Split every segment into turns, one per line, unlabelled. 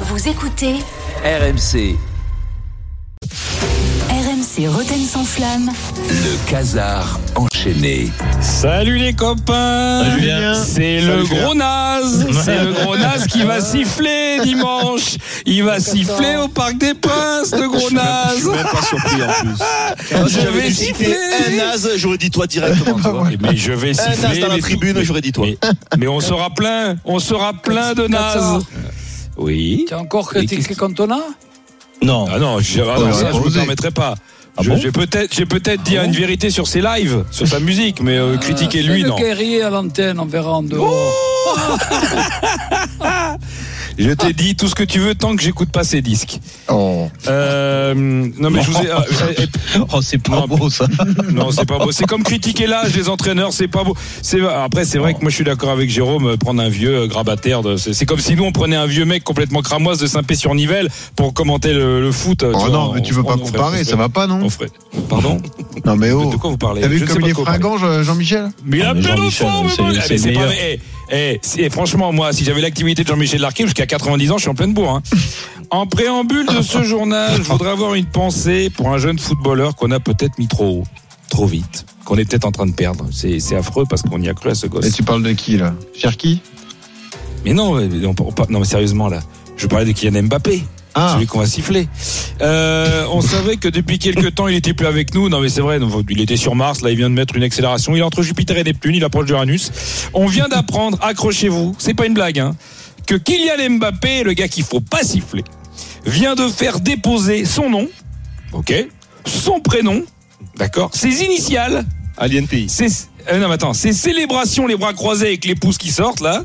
Vous écoutez
RMC,
RMC Roten sans flamme.
le casar enchaîné.
Salut les copains
Salut, Julien.
C'est
Salut,
le
Julien.
gros naze C'est le gros naze qui va siffler dimanche Il va siffler au Parc des Princes, le gros naze
pas surpris en plus.
Je vais siffler
un naze, j'aurais dit toi directement. tu vois.
Mais je vais
Un naze
siffler
dans la
mais-
tribune, j'aurais dit toi.
mais, mais on sera plein On sera plein de nazes Oui
Tu as encore
Mais qu'est-ce
critiqué Cantona
Non.
Ah non, je, ah non,
Ouais,
ça, je ne
osé.
permettrai pas
Ah
Je-
bon Ah
J'ai peut-être j'ai peut-être dit une vérité sur ses lives, sur sa musique, mais euh, critiquer lui,
Fais-le
non. Oh,
guerrier à l'antenne, on verra en dehors.
Je t'ai dit tout ce que tu veux tant que j'écoute pas ses disques.
Oh.
Euh, non mais je vous ai. ah, eh,
Oh, c'est
pas
beau ça.
Non, c'est pas beau. C'est comme critiquer l'âge des entraîneurs, c'est pas beau. C'est après, c'est vrai que moi je suis d'accord avec Jérôme. euh, Prendre un vieux euh, grabataire, de... c'est c'est comme si nous on prenait un vieux mec complètement cramoise de Saint-Pé-sur-Nivelle pour commenter le, le foot. euh,
Oh
tu
non,
vois,
mais
on-
tu veux pas
on ferait-
comparer,
on
ça va pas, non
on ferait- Pardon
Non, mais
De
oh.
quoi vous parlez
T'as
Je
vu
sais
comme
pas
il
de
est
quoi vous parlez.
fringant, je- Jean-Michel
Mais il a
Ah, mais
plein de
Jean-Michel,
forme,
c'est-
mais bon,
c'est
mais c'est
le
pas vrai. Eh, eh, si- eh, franchement, moi, si j'avais l'activité de Jean-Michel Larquet jusqu'à 90 ans, je suis en pleine bourre. hein. En préambule de ce journal, je voudrais avoir une pensée pour un jeune footballeur qu'on a peut-être mis trop haut, trop vite, qu'on est peut-être en train de perdre. C'est c'est affreux parce qu'on y a cru à ce gosse.
Et tu parles de qui, là Cherki
Mais non, mais on- on parle- non, mais sérieusement, là, je parlais de Kylian Mbappé.
Ah,
Celui qu'on va siffler. Euh, on savait que depuis quelques temps, il était plus avec nous. Non, mais c'est vrai. donc, Il était sur Mars. Là, il vient de mettre une accélération. Il est entre Jupiter et Neptune. Il approche d'Uranus. On vient d'apprendre, accrochez-vous, c'est pas une blague, hein, que Kylian Mbappé, le gars qu'il faut pas siffler, vient de faire déposer son nom, ok, son prénom, d'accord, ses initiales,
Alien Pays.
c'est euh, non, mais attends, c'est célébration, les bras croisés avec les pouces qui sortent là.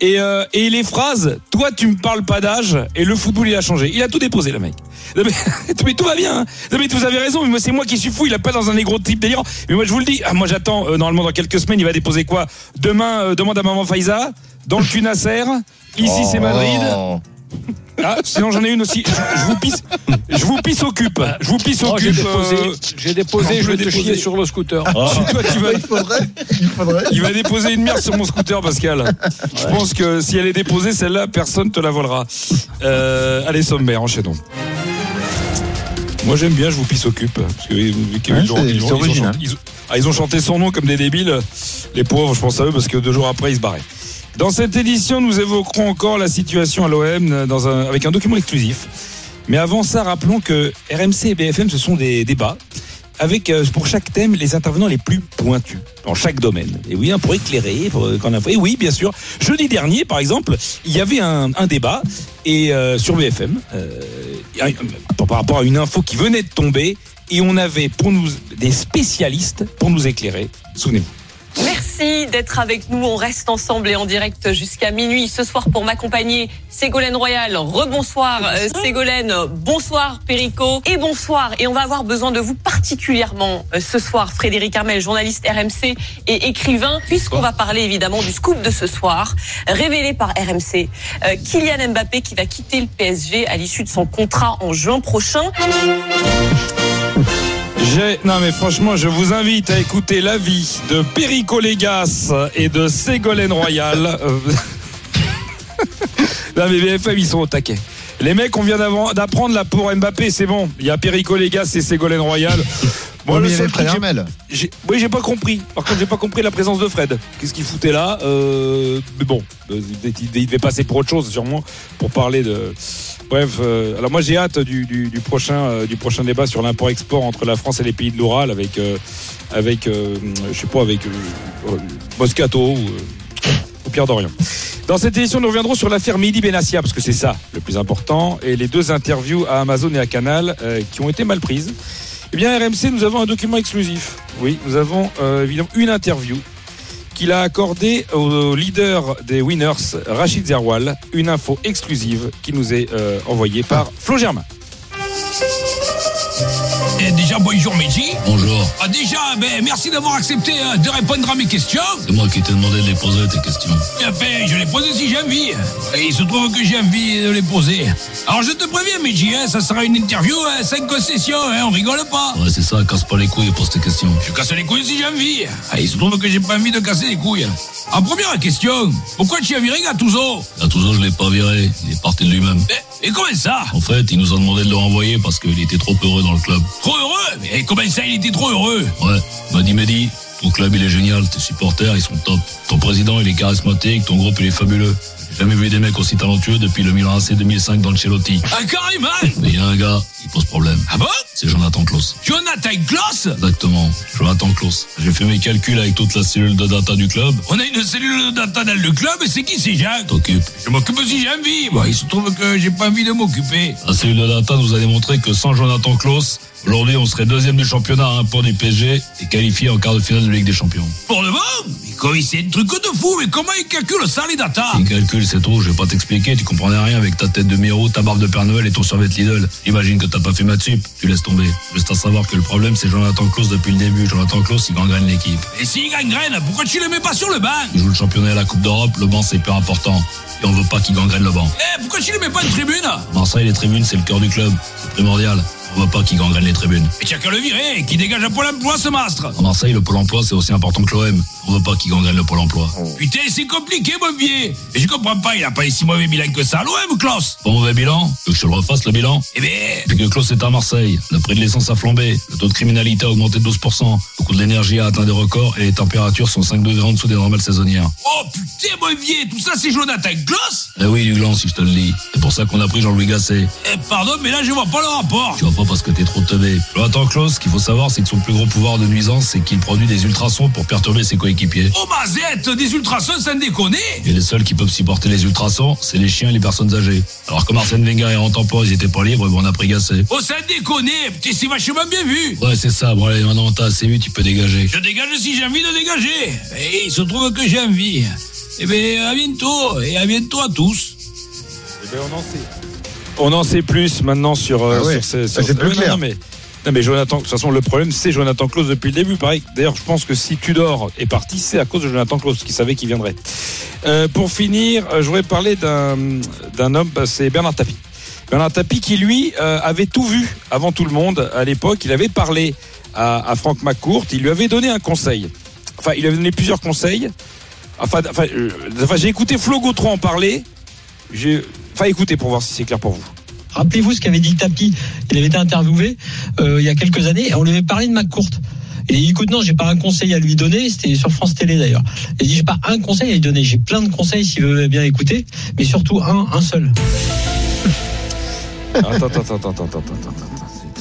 Et, euh, et les phrases, toi tu me parles pas d'âge, et le football il a changé. Il a tout déposé, le mec. Non, mais, mais tout va bien. hein. Non, mais vous avez raison, mais moi, c'est moi qui suis fou, il a pas dans un négro type délirant. Mais moi je vous le dis, ah, moi j'attends, euh, normalement dans quelques semaines, il va déposer quoi Demain, euh, demande à maman Faiza, dans le cul Nasser, ici c'est Madrid.
Oh.
Ah, sinon j'en ai une aussi. Je, je vous pisse, je vous pisse au cul. Je vous pisse au
Oh,
cul.
j'ai déposé,
euh,
j'ai déposé
non,
je vais
je
te
l'ai
chier
déposé.
sur le scooter.
Oh.
toi, tu vas,
Il faudrait. Il faudrait.
il va déposer une merde sur mon scooter, Pascal. Je pense que si elle est déposée, celle-là, personne te la volera. Euh, allez, sommaire, enchaînons. Moi, j'aime bien, je vous pisse occupe. Parce que, vu qu'ils
Ouais,
l'ont-
c'est-
ils
c'est
ont- ils ont
original.
chanté- ils ont- ah, ils ont chanté son nom comme des débiles. Les pauvres, je pense à eux, parce que deux jours après, ils se barraient. Dans cette édition, nous évoquerons encore la situation à l'OM dans un- avec un document exclusif. Mais avant ça, rappelons que RMC et BFM, ce sont des débats avec euh, pour chaque thème les intervenants les plus pointus dans chaque domaine. Et oui, hein, pour éclairer, pour, euh, qu'on a- et oui, bien sûr. Jeudi dernier, par exemple, il y avait un, un débat et euh, sur BFM euh, un- par par rapport à une info qui venait de tomber et on avait pour nous des spécialistes pour nous éclairer. Souvenez-vous.
Merci d'être avec nous. On reste ensemble et en direct jusqu'à minuit ce soir pour m'accompagner. Ségolène Royal, rebonsoir euh, Ségolène, bonsoir Perico et bonsoir. Et on va avoir besoin de vous particulièrement euh, ce soir, Frédéric Armel, journaliste RMC et écrivain, puisqu'on va parler évidemment du scoop de ce soir, révélé par RMC. Euh, Kylian Mbappé qui va quitter le PSG à l'issue de son contrat en juin prochain.
J'ai- Non mais franchement, je vous invite à écouter l'avis de Perico Légas et de Ségolène Royal. Euh, non mais BFM, ils sont au taquet. Les mecs, on vient d'avant- d'apprendre là pour Mbappé, c'est bon. Il y a Perico Légas et Ségolène Royal. Moi,
Bon,
le
il y avait
seul truc,
Fred
j'ai-
Hermel.
j'ai- oui, j'ai pas compris. Par contre, j'ai pas compris la présence de Fred. Qu'est-ce qu'il foutait là Euh, Mais bon, euh, il, il- il devait passer pour autre chose sûrement pour parler de. Bref, euh, alors moi j'ai hâte du, du- du prochain euh, du prochain débat sur l'import-export entre la France et les pays de l'Oural avec euh, avec euh, je sais pas avec euh, euh, Moscato ou, euh, ou Pierre d'Orient. Dans cette édition, nous reviendrons sur l'affaire Midi Benassia parce que c'est ça le plus important et les deux interviews à Amazon et à Canal euh, qui ont été mal prises. Eh bien, RMC, nous avons un document exclusif. Oui, nous avons euh, évidemment une interview qu'il a accordée au leader des winners, Rachid Zerwal, une info exclusive qui nous est euh, envoyée par Flo Germain.
Eh, déjà, bonjour Mehdi. Bonjour. Ah, déjà, ben, merci d'avoir accepté euh, de répondre à mes questions. C'est moi qui t'ai demandé de les poser, tes questions. Bien fait, je les pose si j'ai envie. Et il se trouve que j'ai envie de les poser. Alors, je te préviens, Mehdi, hein, ça sera une interview hein, sans concession, hein, on rigole pas. Ouais, c'est ça, casse pas les couilles pour tes questions. Je casse les couilles si j'ai envie. Ah, il se trouve que j'ai pas envie de casser les couilles. En première question, pourquoi tu as viré Gattuso Gattuso, je l'ai pas viré. Il est parti de lui-même. Et comment ça En fait, il nous a demandé de le renvoyer parce qu'il était trop heureux dans le club. Trop heureux Mais eh, comment ça, il était trop heureux Ouais, m'a dit Mehdi, ton club il est génial, tes supporters ils sont top. Ton président il est charismatique, ton groupe il est fabuleux. J'ai jamais vu des mecs aussi talentueux depuis le Milan AC 2005 dans le Celotti. Ah carrément Mais il y a un gars qui pose problème. Ah bon C'est Jonathan Klaus. Jonathan Klaus Exactement, Jonathan Klaus. J'ai fait mes calculs avec toute la cellule de data du club. On a une cellule de data dans le club et c'est qui c'est Jacques T'occupes. Je m'occupe si j'ai envie. Bah, il se trouve que j'ai pas envie de m'occuper. La cellule de data nous a démontré que sans Jonathan Klaus, Aujourd'hui, on serait deuxième du championnat à un point du PSG et qualifié en quart de finale de Ligue des Champions. Pour le moment Mais comment c'est un truc de fou Mais comment ils calculent ça, les data Ils calculent, c'est tout. Je vais pas t'expliquer. Tu comprenais rien avec ta tête de Miro, ta barbe de Père Noël et ton survêt Lidl. Imagine que t'as pas fait ma sup. Tu laisses tomber. Juste à savoir que le problème, c'est Jonathan Klaus depuis le début. Jonathan Klaus, il gangrène l'équipe. Et s'il gangrène, pourquoi tu le mets pas sur le banc Il joue le championnat et la Coupe d'Europe. Le banc, c'est hyper important. Et on veut pas qu'il gangrène le banc. Eh, pourquoi tu le mets pas une tribune Marseille, les tribunes, c'est le cœur du club. C'est primordial. On voit pas qui gangrène les tribunes. Et tiens qu'à le virer, qui dégage un pôle emploi ce mastre En Marseille, le pôle emploi c'est aussi important que l'OM. On veut pas qui gangrène le pôle emploi. Putain, c'est compliqué, mon vieil Et je comprends pas, il a pas les si mauvais bilan que ça à l'OM, Klaus Pas mauvais bilan Tu veux que je le refasse le bilan Eh ben Depuis que Klaus est à Marseille, le prix de l'essence a flambé, le taux de criminalité a augmenté de 12%, le coût de l'énergie a atteint des records et les températures sont 5 degrés en dessous des normales saisonnières. Oh putain, mon vieil Tout ça c'est Jonathan Klaus Eh oui, du gland, si je te le dis. C'est pour ça qu'on a pris Jean-Louis Gasset. Eh pardon, mais là je vois pas le rapport Tu vois pas parce que t'es trop teubé. Jonathan Klaus, ce qu'il faut savoir, c'est que son plus gros pouvoir de nuisance, c'est qu'il produit des ultrasons pour perturber ses coéquipiers. Oh mazette Des ultrasons, ça ne déconne Et les seuls qui peuvent supporter les ultrasons, c'est les chiens et les personnes âgées. Alors comme Arsène Wenger est en temps ils étaient pas libres, ben on a pris Gasset. Oh ça déconne C'est vachement bien vu Ouais c'est ça, bon allez, maintenant t'as assez vu, tu peux dégager. Je dégage si j'ai envie de dégager Et il se trouve que j'ai envie. Eh ben à bientôt, et à bientôt à tous
Eh ben, on en sait. On en sait plus maintenant sur. euh,
Ah ouais.
sur ces- sur-
Ah, c'est plus
Ouais, non,
clair.
Non, mais, non, mais Jonathan, de toute façon, le problème, c'est Jonathan Claus depuis le début. Pareil. D'ailleurs, je pense que si Tudor est parti, c'est à cause de Jonathan Claus, qui savait qu'il viendrait. Euh, pour finir, euh, je voudrais parler d'un d'un homme, bah, c'est Bernard Tapie. Bernard Tapie qui, lui, euh, avait tout vu avant tout le monde à l'époque. Il avait parlé à, à Franck McCourt, il lui avait donné un conseil. Enfin, il lui avait donné plusieurs conseils. Enfin, enfin, euh, enfin, j'ai écouté Flo Gautreau en parler. J'ai- Enfin, écoutez pour voir si c'est clair pour vous.
Rappelez-vous ce qu'avait dit Tapi. Il avait été interviewé euh, il y a quelques années et on lui avait parlé de McCourt. Et il dit, écoute, non, j'ai pas un conseil à lui donner. C'était sur France Télé d'ailleurs. Il dit, j'ai pas un conseil à lui donner. J'ai plein de conseils s'il veut bien écouter, mais surtout un, un seul.
Attends, attends, attends, attends, attends, attends, attends, attends.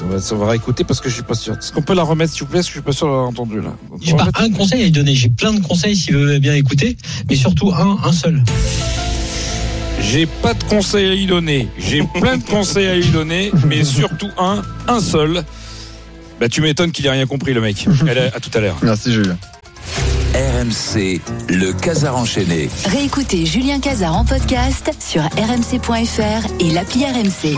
On va, on va réécouter parce que je suis pas sûr. Est-ce qu'on peut la remettre, s'il vous plaît Parce que je suis pas sûr de l'avoir entendu là. Donc,
J'ai
on
pas
répète.
un conseil à lui donner. J'ai plein de conseils s'il veut bien écouter, mais surtout un, un seul.
J'ai pas de conseils à lui donner. J'ai plein de conseils à lui donner, mais surtout un, un seul. Bah, tu m'étonnes qu'il ait rien compris, le mec. Allez, à tout à l'heure.
Merci Jules.
RMC, le Casar enchaîné.
Réécoutez Julien Cazard en podcast sur rmc.fr et l'appli RMC.